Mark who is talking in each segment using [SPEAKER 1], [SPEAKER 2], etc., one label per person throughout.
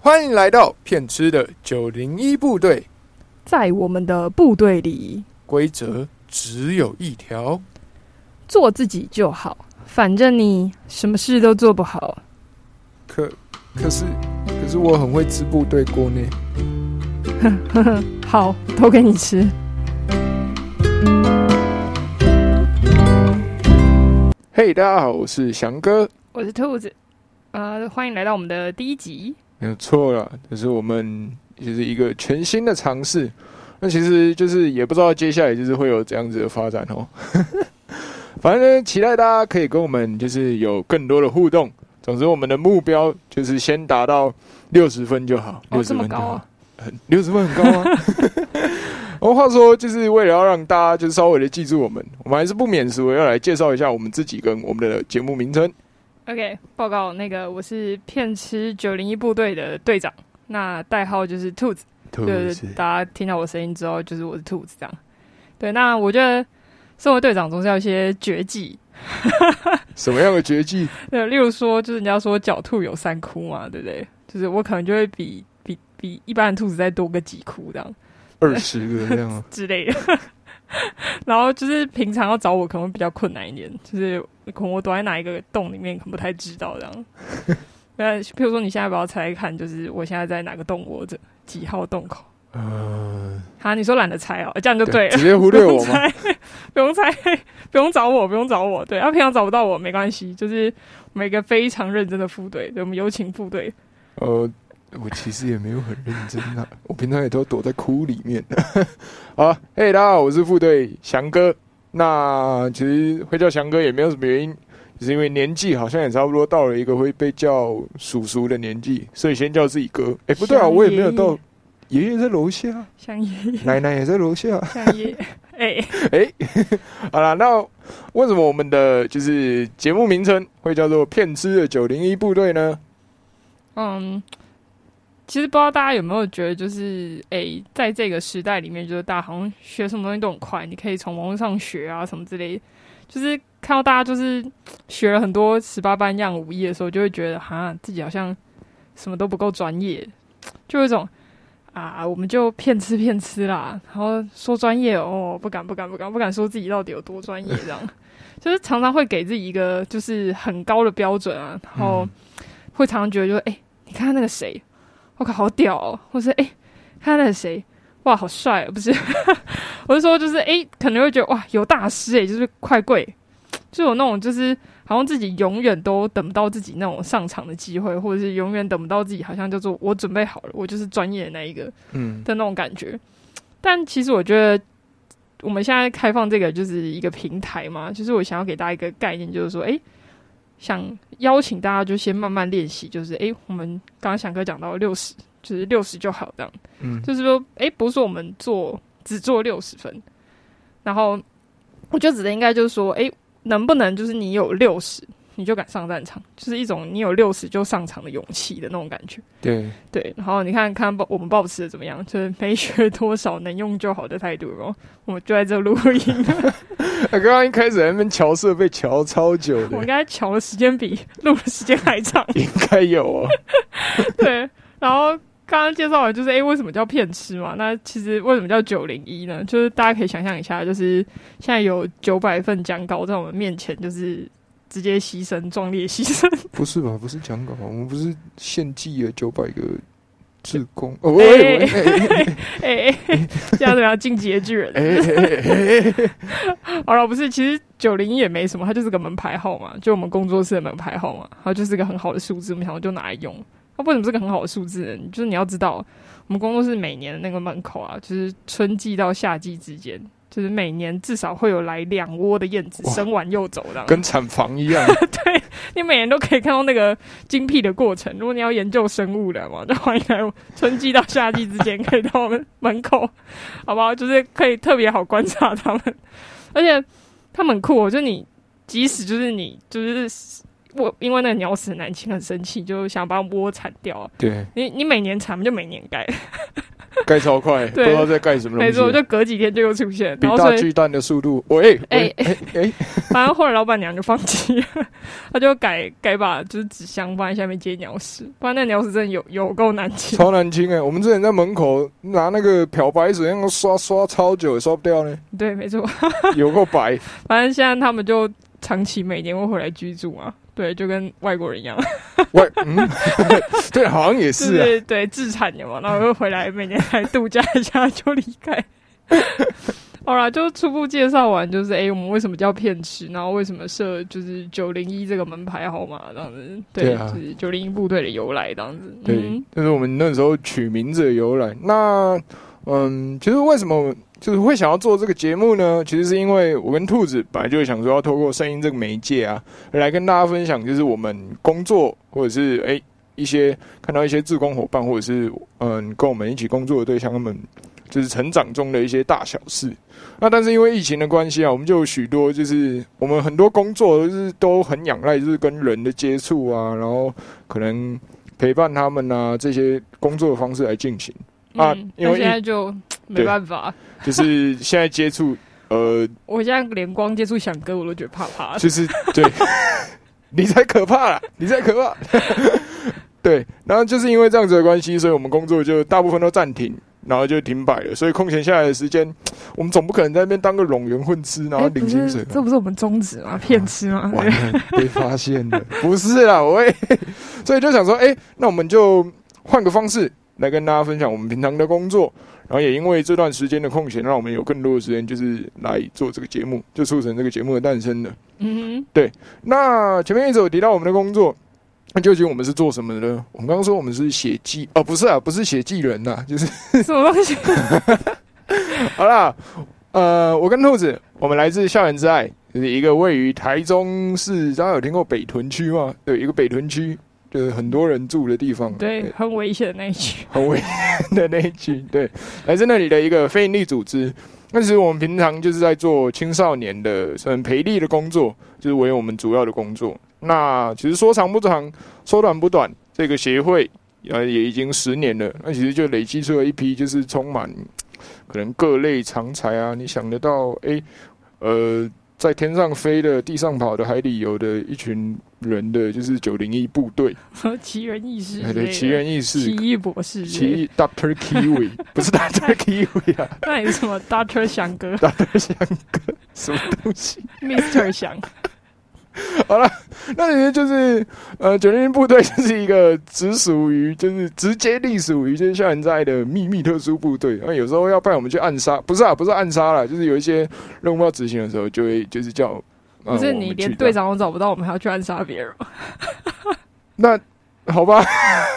[SPEAKER 1] 欢迎来到骗吃的九零一部队，
[SPEAKER 2] 在我们的部队里，
[SPEAKER 1] 规则只有一条。
[SPEAKER 2] 做自己就好，反正你什么事都做不好。
[SPEAKER 1] 可可是可是我很会吃部队锅呢。
[SPEAKER 2] 呵呵，好，都给你吃。
[SPEAKER 1] 嘿、大家好，我是翔哥。
[SPEAKER 2] 我是兔子，呃，欢迎来到我们的第一集。
[SPEAKER 1] 没有错了，这是我们就是一个全新的尝试。那其实就是也不知道接下来就是会有怎样子的发展哦。 反正呢期待大家可以跟我们就是有更多的互动。总之，我们的目标就是先达到六十分就好，
[SPEAKER 2] 哦
[SPEAKER 1] 六
[SPEAKER 2] 这
[SPEAKER 1] 十
[SPEAKER 2] 么
[SPEAKER 1] 分就
[SPEAKER 2] 高
[SPEAKER 1] 好呃
[SPEAKER 2] 啊，
[SPEAKER 1] 六十、60分很高啊。 我话说，就是为了要让大家就是稍微的记住我们，我们还是不免俗地要来介绍一下我们自己跟我们的节目名称。
[SPEAKER 2] OK，报告那个我是骗吃九零一部队的队长，那代号就是兔子，
[SPEAKER 1] 兔
[SPEAKER 2] 就是大家听到我声音之后，就是我是兔子这样。对，那我觉得身为队长总是要一些绝技，
[SPEAKER 1] 什么样的绝技？
[SPEAKER 2] 对，例如说，就是人家说狡兔有三窟嘛，对不对？就是我可能就会比比比一般的兔子再多个几窟这样
[SPEAKER 1] 二十个这样啊吗？
[SPEAKER 2] 之类的。 然后就是平常要找我可能会比较困难一点，就是可能我躲在哪一个洞里面，可能不太知道这样。那譬如说你现在把我猜看，就是我现在在哪个洞窝着，几号洞口？
[SPEAKER 1] 嗯，
[SPEAKER 2] 好，你说懒得猜哦，这样就对了
[SPEAKER 1] 直。接忽略我吗？
[SPEAKER 2] 猜，不用猜，不用找我，不用找我。对，啊他、平常找不到我没关系，就是每个非常认真的副队，对我们有请副队。
[SPEAKER 1] 呃，我其实也没有很认真啊，我平常也都躲在窟里面。 好啊，嘿，大家好，我是副队翔哥。那其实会叫翔哥也没有什么原因，只是因为年纪好像也差不多到了一个会被叫叔叔的年纪，所以先叫自己哥。哎、不对啊，
[SPEAKER 2] 翔
[SPEAKER 1] 我也没有
[SPEAKER 2] 爷
[SPEAKER 1] 到
[SPEAKER 2] 爷。嗯
[SPEAKER 1] 爷爷在楼下，啊
[SPEAKER 2] 像爷爷，
[SPEAKER 1] 奶奶也在楼下。啊
[SPEAKER 2] 像爷， 哎、
[SPEAKER 1] 好啦，那为什么我们的就是节目名称会叫做“骗吃的九零一部队”呢？
[SPEAKER 2] 嗯，其实不知道大家有没有觉得，就是哎、在这个时代里面，就是大家好像学什么东西都很快，你可以从网络上学啊什么之类的，就是看到大家就是学了很多十八般样武艺的时候，就会觉得哈，自己好像什么都不够专业，就有一种。啊，我们就骗吃骗吃啦，然后说专业哦，不敢不敢不敢不敢说自己到底有多专业，这样 就是常常会给自己一个就是很高的标准啊，然后
[SPEAKER 1] 嗯
[SPEAKER 2] 会常常觉得就是，哎、你看看那个谁，我靠，好屌哦！或是哎、看看那个谁，哇，好帅、哦！不是， 我是说，就是哎、可能会觉得哇，有大师哎、就是快贵，就有那种就是好像自己永远都等不到自己那种上场的机会，或者是永远等不到自己好像叫做我准备好了，我就是专业的那一个
[SPEAKER 1] 嗯，
[SPEAKER 2] 的那种感觉。但其实我觉得。我们现在开放这个就是一个平台嘛，就是我想要给大家一个概念，就是说，哎、想邀请大家就先慢慢练习，就是诶，我们刚刚翔哥讲到六十，就是六十就好这样，
[SPEAKER 1] 嗯
[SPEAKER 2] 就是说，诶，不是说我们做只做六十分，然后我觉得指的应该就是说，诶，能不能就是你有六十你就敢上战场，就是一种你有六十就上场的勇气的那种感觉。
[SPEAKER 1] 对，
[SPEAKER 2] 对，然后你看看我们报持的怎么样，就是没学多少能用就好的态度哦。我们就在这录音，
[SPEAKER 1] 他 刚刚一开始在那边瞧色被瞧超久
[SPEAKER 2] 我应
[SPEAKER 1] 的，
[SPEAKER 2] 该瞧的时间比录的时间还长。
[SPEAKER 1] 应该有哦。
[SPEAKER 2] 对，然后刚刚介绍完就是，哎、为什么叫骗吃嘛？那其实为什么叫九零一呢？就是大家可以想象一下，就是现在有九百份姜膏在我们面前，就是直接牺牲，壮烈牺牲。
[SPEAKER 1] 不是吧？不是讲稿，我们不是献祭了啊九百个志工？哦，
[SPEAKER 2] 哎
[SPEAKER 1] 喂喂哎
[SPEAKER 2] 哎、欸，这样怎么样？进阶巨人？
[SPEAKER 1] 哎哎哎哎！
[SPEAKER 2] 好了，不是，其实九零一也没什么，它就是个门牌号嘛，就我们工作室的门牌号嘛，它就是个很好的数字，我们想要就拿来用。它为什么是个很好的数字呢？就是你要知道，我们工作室每年的那个门口啊，就是春季到夏季之间，就是每年至少会有来两窝的燕子
[SPEAKER 1] 哇
[SPEAKER 2] 生完又走的。
[SPEAKER 1] 跟产房一 样，
[SPEAKER 2] 你每年都可以看到那个精辟的过程。如果你要研究生物的嘛，就欢迎来春季到夏季之间，可以到我们门口，好不好？就是可以特别好观察它们，而且它们很酷、哦。就是你即使就是你就是我，因为那个鸟屎男青很生气，就想把窝铲掉啊。
[SPEAKER 1] 对，
[SPEAKER 2] 你你每年铲就每年盖，
[SPEAKER 1] 盖超快，不
[SPEAKER 2] 对
[SPEAKER 1] 知道在盖什么东西。
[SPEAKER 2] 没错，我就隔几天就又出现，
[SPEAKER 1] 啊比
[SPEAKER 2] 然后
[SPEAKER 1] 大
[SPEAKER 2] 所以
[SPEAKER 1] 巨蛋的速度，喂
[SPEAKER 2] 哎
[SPEAKER 1] 哎哎 哎，
[SPEAKER 2] 反正后来老板娘就放弃了， 她就改改把就是纸箱放在下面接鸟屎，不然那鸟屎真的有有够难清。
[SPEAKER 1] 超难清哎！我们之前在门口拿那个漂白水，那样刷刷超久也刷不 掉呢，
[SPEAKER 2] 对，没错，
[SPEAKER 1] 有够白。
[SPEAKER 2] 反正现在他们就长期每年会回来居住啊，对，就跟外国人一样，
[SPEAKER 1] 喂，嗯， 对，好像也
[SPEAKER 2] 就是
[SPEAKER 1] 啊。
[SPEAKER 2] 是对自产的嘛，然后又回来每年来度假一下 就离开。好啦，就初步介绍完，就是哎、诶我们为什么叫骗吃，然后为什么设就是九零一这个门牌号码这样子，对，
[SPEAKER 1] 对啊
[SPEAKER 2] 就是九零一部队的由来这样子。
[SPEAKER 1] 对
[SPEAKER 2] 嗯，
[SPEAKER 1] 这是我们那时候取名字的由来。那嗯，其实为什么就是会想要做这个节目呢？其实是因为我跟兔子本来就想说要透过声音这个媒介啊，来跟大家分享，就是我们工作或者是哎、一些看到一些志工伙伴，或者是嗯跟我们一起工作的对象他们。就是成长中的一些大小事，那但是因为疫情的关系啊，我们就有许多就是我们很多工作就是都很仰赖就是跟人的接触啊，然后可能陪伴他们啊这些工作的方式来进行。啊
[SPEAKER 2] 嗯，
[SPEAKER 1] 因
[SPEAKER 2] 那
[SPEAKER 1] 为
[SPEAKER 2] 现在就没
[SPEAKER 1] 对
[SPEAKER 2] 办法，
[SPEAKER 1] 就是现在接触，呃，
[SPEAKER 2] 我现在连光接触响哥我都觉得怕怕的。
[SPEAKER 1] 就是对，你才可怕啦，你才可怕。 对，然后就是因为这样子的关系，所以我们工作就大部分都暂停，然后就停摆了。所以空闲下来的时间，我们总不可能在那边当个冗员混吃，然后
[SPEAKER 2] 哎，
[SPEAKER 1] 领
[SPEAKER 2] 不
[SPEAKER 1] 薪水啊
[SPEAKER 2] 是，
[SPEAKER 1] 吧。
[SPEAKER 2] 这不是我们宗旨吗？骗吃吗？
[SPEAKER 1] 完了，被发现了。不是啦，我会，所以就想说，哎、那我们就换个方式来跟大家分享我们平常的工作。然后也因为这段时间的空闲，让我们有更多的时间，就是来做这个节目，就促成这个节目的诞生的。
[SPEAKER 2] 嗯
[SPEAKER 1] 那前面一直有提到我们的工作，那究竟我们是做什么的呢？我们刚刚说我们是写记，哦，不是啊，不是写记人呐、就是
[SPEAKER 2] 哼， 什么东西？
[SPEAKER 1] 好啦，呃，我跟兔子，我们来自校园之爱，就是一个位于台中市，大家有听过北屯区吗？对，一个北屯区，就是很多人住的地方，
[SPEAKER 2] 对，，很危险的那一句。
[SPEAKER 1] 很危险的那一区，对，来自那里的一个非营利组织。那其实我们平常就是在做青少年的嗯培力的工作，就是为我们主要的工作。那其实说长不长，说短不短，这个协会呃也已经十年了。那其实就累积出了一批就是充满可能各类常才啊，你想得到诶、呃，在天上飞的、地上跑的、海里游的一群人的，就是九零一部队，
[SPEAKER 2] 奇人异事之
[SPEAKER 1] 哎
[SPEAKER 2] 类的，
[SPEAKER 1] 对，奇人异事，
[SPEAKER 2] 奇异博士之
[SPEAKER 1] 奇
[SPEAKER 2] 类的，
[SPEAKER 1] 异 Doctor Kiwi 不是 Doctor Kiwi 啊
[SPEAKER 2] 那你是什么 Doctor 翔 哥
[SPEAKER 1] ，Doctor 翔哥什么东西？
[SPEAKER 2] ，Mister 翔，
[SPEAKER 1] 啊那其实就是呃，九零零部队就是一个直属于，就是直接隶属于就是校园在的秘密特殊部队。啊那有时候要派我们去暗杀，不是啊，不是暗杀啦，就是有一些任务要执行的时候，就会就是叫。呃
[SPEAKER 2] 不
[SPEAKER 1] 我
[SPEAKER 2] 是
[SPEAKER 1] 们
[SPEAKER 2] 你
[SPEAKER 1] 去
[SPEAKER 2] 连
[SPEAKER 1] 的
[SPEAKER 2] 队长都找不到，我们还要去暗杀别人吗，
[SPEAKER 1] 那好吧，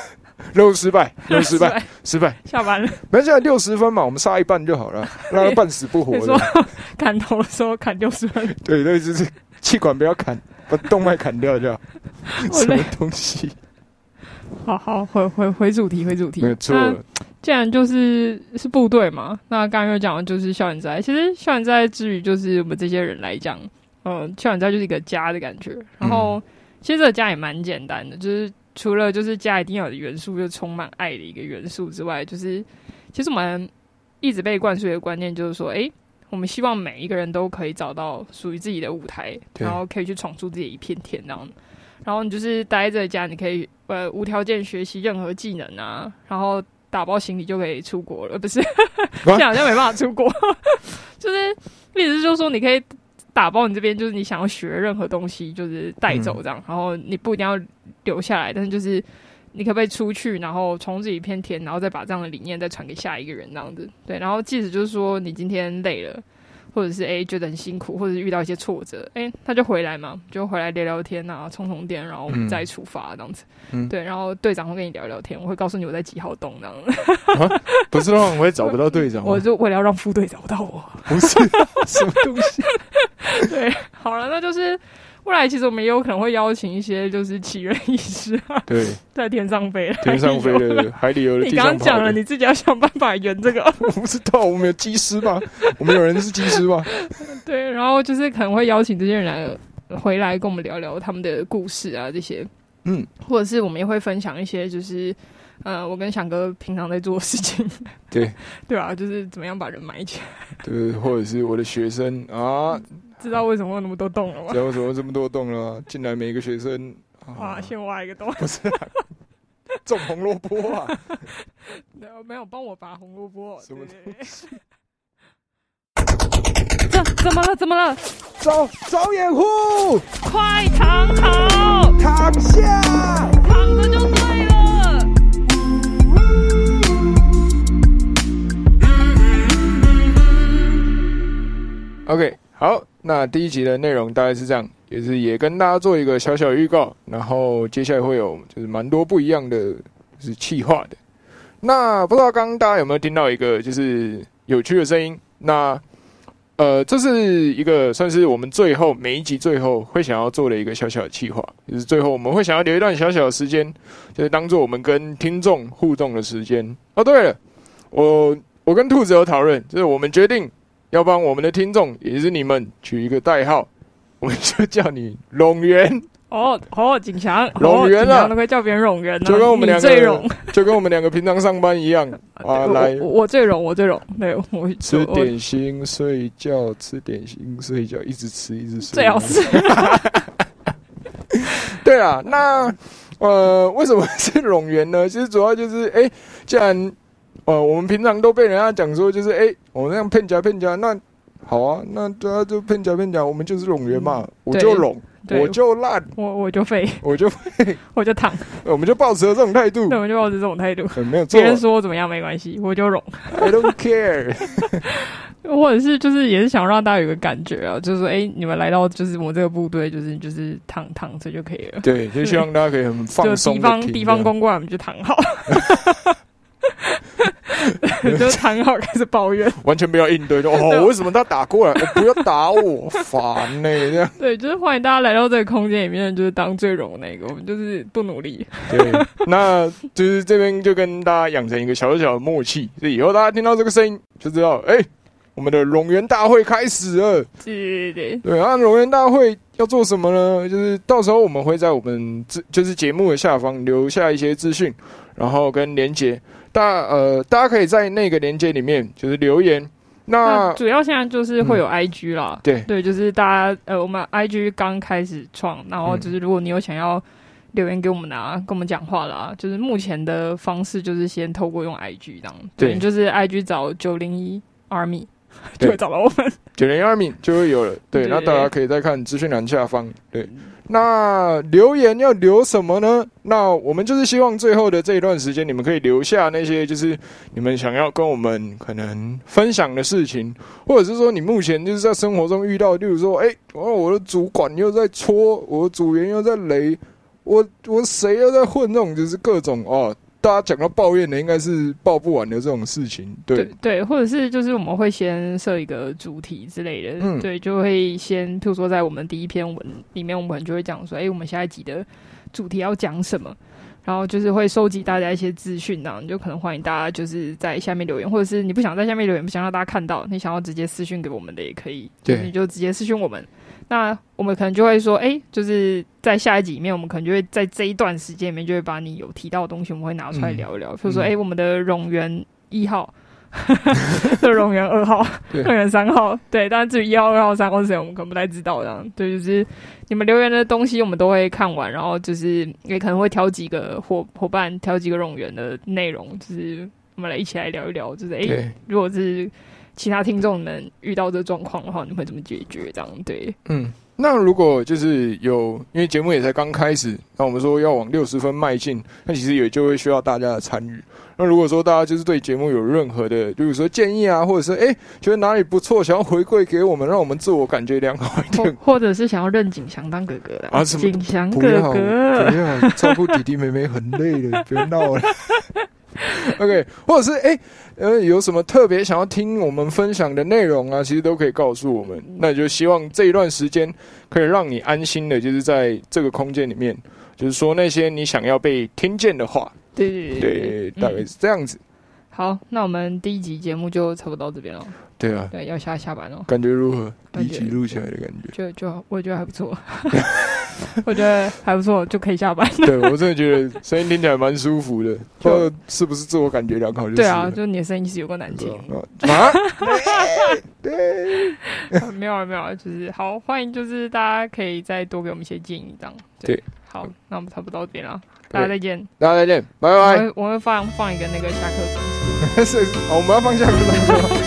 [SPEAKER 1] 任务失败，任务失败， 失
[SPEAKER 2] 是吧，
[SPEAKER 1] 败。
[SPEAKER 2] 下班 了，
[SPEAKER 1] 没事啊，六十分嘛，我们杀一半就好 了，让他半死不活
[SPEAKER 2] 你
[SPEAKER 1] 的
[SPEAKER 2] 说。 砍头的时候砍六十分，
[SPEAKER 1] 对对，就是气管不要砍，把动脉砍掉就好。
[SPEAKER 2] 好
[SPEAKER 1] 什
[SPEAKER 2] 累
[SPEAKER 1] 么东西？
[SPEAKER 2] 好好回回回主题，回主题，
[SPEAKER 1] 没有错，
[SPEAKER 2] 那既然就是是部队嘛，那刚刚有讲的就是校园灾。其实校园灾之于就是我们这些人来讲，嗯，校园灾就是一个家的感觉。然后、其实这个家也蛮简单的，就是除了就是家一定要有的元素，就充满爱的一个元素之外，就是其实我们一直被灌输一个观念，就是说，诶，我们希望每一个人都可以找到属于自己的舞台，
[SPEAKER 1] 对
[SPEAKER 2] 然后可以去闯出自己的一片天这样。然后你就是待在家，你可以呃无条件学习任何技能啊，然后打包行李就可以出国了，不是？ 现在好像没办法出国， 就是意思就是说你可以打包你这边，就是你想要学任何东西，就是带走这样，然后你不一定要留下来，但是就是你可不可以出去，然后从自己一片天，然后再把这样的理念再传给下一个人这样子？对，然后即使就是说你今天累了。或者是诶觉得很辛苦，或者是遇到一些挫折，诶，他就回来嘛，就回来聊聊天啊，充充电，然后我们
[SPEAKER 1] 嗯
[SPEAKER 2] 再出发这样子。
[SPEAKER 1] 嗯
[SPEAKER 2] 对，然后队长会跟你聊聊天，我会告诉你我在几号洞这样。
[SPEAKER 1] 嗯不是的话我会找不到队长吗。
[SPEAKER 2] 我就为了要让副队找到我。
[SPEAKER 1] 不是什么东西。
[SPEAKER 2] 对，好了，那就是未来其实我们也有可能会邀请一些就是奇人异事啊，
[SPEAKER 1] 对，
[SPEAKER 2] 在天上飞的，
[SPEAKER 1] 天上飞
[SPEAKER 2] 哎呦。
[SPEAKER 1] 的，海里游的，
[SPEAKER 2] 你
[SPEAKER 1] 地
[SPEAKER 2] 刚
[SPEAKER 1] 上
[SPEAKER 2] 刚
[SPEAKER 1] 跑
[SPEAKER 2] 讲了，
[SPEAKER 1] 的。
[SPEAKER 2] 你自己要想办法圆这个。
[SPEAKER 1] 我不知道，我们有技师吗？我们有人是技师吗？
[SPEAKER 2] 对，然后就是可能会邀请这些人来呃回来跟我们聊聊他们的故事啊，这些，
[SPEAKER 1] 嗯，
[SPEAKER 2] 或者是我们也会分享一些就是呃，我跟翔哥平常在做的事情，
[SPEAKER 1] 对
[SPEAKER 2] 对啊，就是怎么样把人埋起来，
[SPEAKER 1] 对，或者是我的学生啊，
[SPEAKER 2] 知道为什么会有那么多洞了吗？
[SPEAKER 1] 知道为什么这么多洞了吗？进来每个学生
[SPEAKER 2] 哇，
[SPEAKER 1] 啊，
[SPEAKER 2] 先挖一个洞，
[SPEAKER 1] 不是、啊、种红萝卜啊，
[SPEAKER 2] 呃没有帮我拔红萝卜，
[SPEAKER 1] 什么
[SPEAKER 2] 对对对 这怎么了？怎么了？
[SPEAKER 1] 招招掩护，
[SPEAKER 2] 快躺好，
[SPEAKER 1] 躺下。
[SPEAKER 2] 躺着就对了。
[SPEAKER 1] OK，好，那第一集的内容大概是这样，也是也跟大家做一个小小预告，然后接下来会有就是蛮多不一样的就是气化的。那不知道刚刚大家有没有听到一个就是有趣的声音？那呃，这是一个算是我们最后每一集最后会想要做的一个小小的计划，就是最后我们会想要留一段小小的时间，就是当做我们跟听众互动的时间。哦，对了，我我跟兔子有讨论，就是我们决定要帮我们的听众，也是你们取一个代号，我们就叫你龙 源，
[SPEAKER 2] 哦哦，景祥，
[SPEAKER 1] 冗员
[SPEAKER 2] 哦景
[SPEAKER 1] 啊
[SPEAKER 2] 祥都快叫别人冗员了，
[SPEAKER 1] 就跟我们两
[SPEAKER 2] 你最
[SPEAKER 1] 个
[SPEAKER 2] 冗，
[SPEAKER 1] 就跟我们两个平常上班一 样啊，
[SPEAKER 2] 我
[SPEAKER 1] 来
[SPEAKER 2] 我我最冗，我最冗，对我
[SPEAKER 1] 吃
[SPEAKER 2] 我我
[SPEAKER 1] 点心、睡觉，吃点心、睡觉，一直吃一直睡，
[SPEAKER 2] 最好是。
[SPEAKER 1] 对啊，那呃，为什么是冗员呢？ 其实主要就是，哎、既然呃，我们平常都被人家讲说，就是哎、我们那样骗家骗家，那好啊，那大家就骗家骗家，我们就是冗员嘛，我
[SPEAKER 2] 嗯对
[SPEAKER 1] 就冗，
[SPEAKER 2] 对
[SPEAKER 1] 我就烂，
[SPEAKER 2] 我我就废，
[SPEAKER 1] 我就
[SPEAKER 2] 我就躺，
[SPEAKER 1] 我们就抱持了这种态度
[SPEAKER 2] 对，，我就保持这种态度。
[SPEAKER 1] 呃没有错
[SPEAKER 2] 别人说我怎么样没关系，我就冗，
[SPEAKER 1] ，I don't care，
[SPEAKER 2] 或者是就是也是想让大家有个感觉啊，就是说，哎、你们来到就是我这个部队，就是就是躺躺着就可以了。
[SPEAKER 1] 对，就希望大家可以很放
[SPEAKER 2] 就
[SPEAKER 1] 松
[SPEAKER 2] 敌
[SPEAKER 1] 地
[SPEAKER 2] 方
[SPEAKER 1] 听
[SPEAKER 2] 敌方
[SPEAKER 1] 这样
[SPEAKER 2] 公关，我们就躺 好，就躺好开始抱怨。
[SPEAKER 1] 完全不要应对， 就哦，为什么他打过来？哦不要打我，烦呢、这 样
[SPEAKER 2] 对，就是欢迎大家来到这个空间里面，就是当最柔那个，我们就是不努力。
[SPEAKER 1] 对，那就是这边就跟大家养成一个小小的默契，就以后大家听到这个声音就知道，哎、我们的龙源大会开始了。
[SPEAKER 2] 对对对，
[SPEAKER 1] 对，那龙源大会要做什么呢？就是到时候我们会在我们资就是节目的下方留下一些资讯，然后跟连接，大呃大家可以在那个连接里面就是留言。
[SPEAKER 2] 那
[SPEAKER 1] 那
[SPEAKER 2] 主要现在就是会
[SPEAKER 1] 嗯
[SPEAKER 2] 有 IG 啦。
[SPEAKER 1] 对
[SPEAKER 2] 对，就是大家呃，我们 IG 刚开始创，然
[SPEAKER 1] 嗯
[SPEAKER 2] 后就是如果你有想要留言给我们的啊，跟我们讲话啦，就是目前的方式就是先透过用 IG 这样，
[SPEAKER 1] 对
[SPEAKER 2] 你就是 IG 找九零一 Army
[SPEAKER 1] 对
[SPEAKER 2] 就会找到我们。
[SPEAKER 1] 九零二米就会有了。对，
[SPEAKER 2] 对嗯
[SPEAKER 1] 那大家可以再看资讯栏下方。对，那留言要留什么呢？那我们就是希望最后的这一段时间，你们可以留下那些就是你们想要跟我们可能分享的事情，或者是说你目前就是在生活中遇到，例如说，哎、哦我的主管又在戳，我的组员又在雷，我我谁又在混这种，就是各种哦。大家讲到抱怨的，应该是抱不完的这种事情。对
[SPEAKER 2] 对，对，或者是就是我们会先设一个主题之类的，
[SPEAKER 1] 嗯
[SPEAKER 2] 对，就会先，譬如说在我们第一篇文里面，我们就会讲说，哎、我们下一集的主题要讲什么，然后就是会收集大家一些资讯呢，你就可能欢迎大家就是在下面留言，或者是你不想在下面留言，不想让大家看到，你想要直接私讯给我们的也可以，
[SPEAKER 1] 对
[SPEAKER 2] 就是你就直接私讯我们。那我们可能就会说，哎、就是在下一集里面，我们可能就会在这一段时间里面，就会把你有提到的东西，我们会拿出来
[SPEAKER 1] 嗯
[SPEAKER 2] 聊一聊。比如说，
[SPEAKER 1] 嗯
[SPEAKER 2] 哎、我们的冗员一 号，乐荣园二号、
[SPEAKER 1] 对
[SPEAKER 2] 乐园三号，对，但是至于一号、二号、三号是谁，我们可能不太知道。这样，对，就是你们留言的东西，我们都会看完，然后就是也可能会挑几个伙伙伴，挑几个冗员的内容，就是我们来一起来聊一聊，就是哎、诶
[SPEAKER 1] 对，
[SPEAKER 2] 如果是其他听众们遇到这状况的话，你们会怎么解决？这样， 对，
[SPEAKER 1] 嗯，那如果就是有，因为节目也才刚开始，那我们说要往六十分迈进，那其实也就会需要大家的参与。那如果说大家就是对节目有任何的，比如说建议啊，或者是哎、诶觉得哪里不错，想要回馈给我们，让我们自我感觉良好一
[SPEAKER 2] 或
[SPEAKER 1] 点。
[SPEAKER 2] 或者是想要认景祥当哥哥的
[SPEAKER 1] 啊什么
[SPEAKER 2] 景祥
[SPEAKER 1] 不
[SPEAKER 2] 哥
[SPEAKER 1] 要，
[SPEAKER 2] 哥，
[SPEAKER 1] 不要照顾弟弟妹妹很累的，不要 闹了。OK，或者是哎、诶呃，有什么特别想要听我们分享的内容啊，其实都可以告诉我们。
[SPEAKER 2] 嗯
[SPEAKER 1] 那就希望这一段时间可以让你安心的，就是在这个空间里面，就是说那些你想要被听见的话，
[SPEAKER 2] 对对
[SPEAKER 1] 对，大概
[SPEAKER 2] 嗯
[SPEAKER 1] 是这样子。
[SPEAKER 2] 好，那我们第一集节目就差不多到这边 了。
[SPEAKER 1] 对啊，
[SPEAKER 2] 对，要下下班哦，
[SPEAKER 1] 感觉如何？第
[SPEAKER 2] 感
[SPEAKER 1] 一
[SPEAKER 2] 觉
[SPEAKER 1] 集录起来的感觉，
[SPEAKER 2] 就就我觉得还不错。我觉得还不错，就可以下班。
[SPEAKER 1] 对我真的觉得声音听起来蛮舒服 的，不知道是不是自我感觉良好就是
[SPEAKER 2] 对
[SPEAKER 1] 了。
[SPEAKER 2] 啊，就你的声音其实有够难听。
[SPEAKER 1] 啊啊！
[SPEAKER 2] 啊 没有啊，没有啊，就是好，欢迎，就是大家可以再多给我们一些建议，这样。
[SPEAKER 1] 对，
[SPEAKER 2] 好，那我们差不多到这边了，大家再见。
[SPEAKER 1] 大家再见，拜
[SPEAKER 2] 我
[SPEAKER 1] 拜。
[SPEAKER 2] 会我会放放一个那个下课钟，
[SPEAKER 1] 是，哦我们要放下课钟声，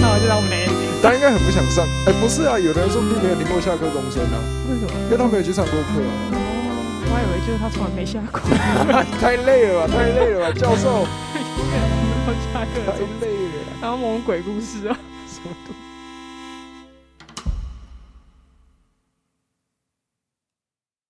[SPEAKER 2] 那我就当我们来
[SPEAKER 1] 大家应该很不想 上。哎，不是啊，有的人说并没有听过下课钟声啊，
[SPEAKER 2] 为什么？
[SPEAKER 1] 因为他没有去上过课啊。
[SPEAKER 2] 哦，我还以为就是他从来没下过，
[SPEAKER 1] 太累了吧，太累了吧，教授，
[SPEAKER 2] 没有下课
[SPEAKER 1] 太
[SPEAKER 2] 钟，
[SPEAKER 1] 累了，
[SPEAKER 2] 然后我们鬼故事啊。
[SPEAKER 1] 什么都。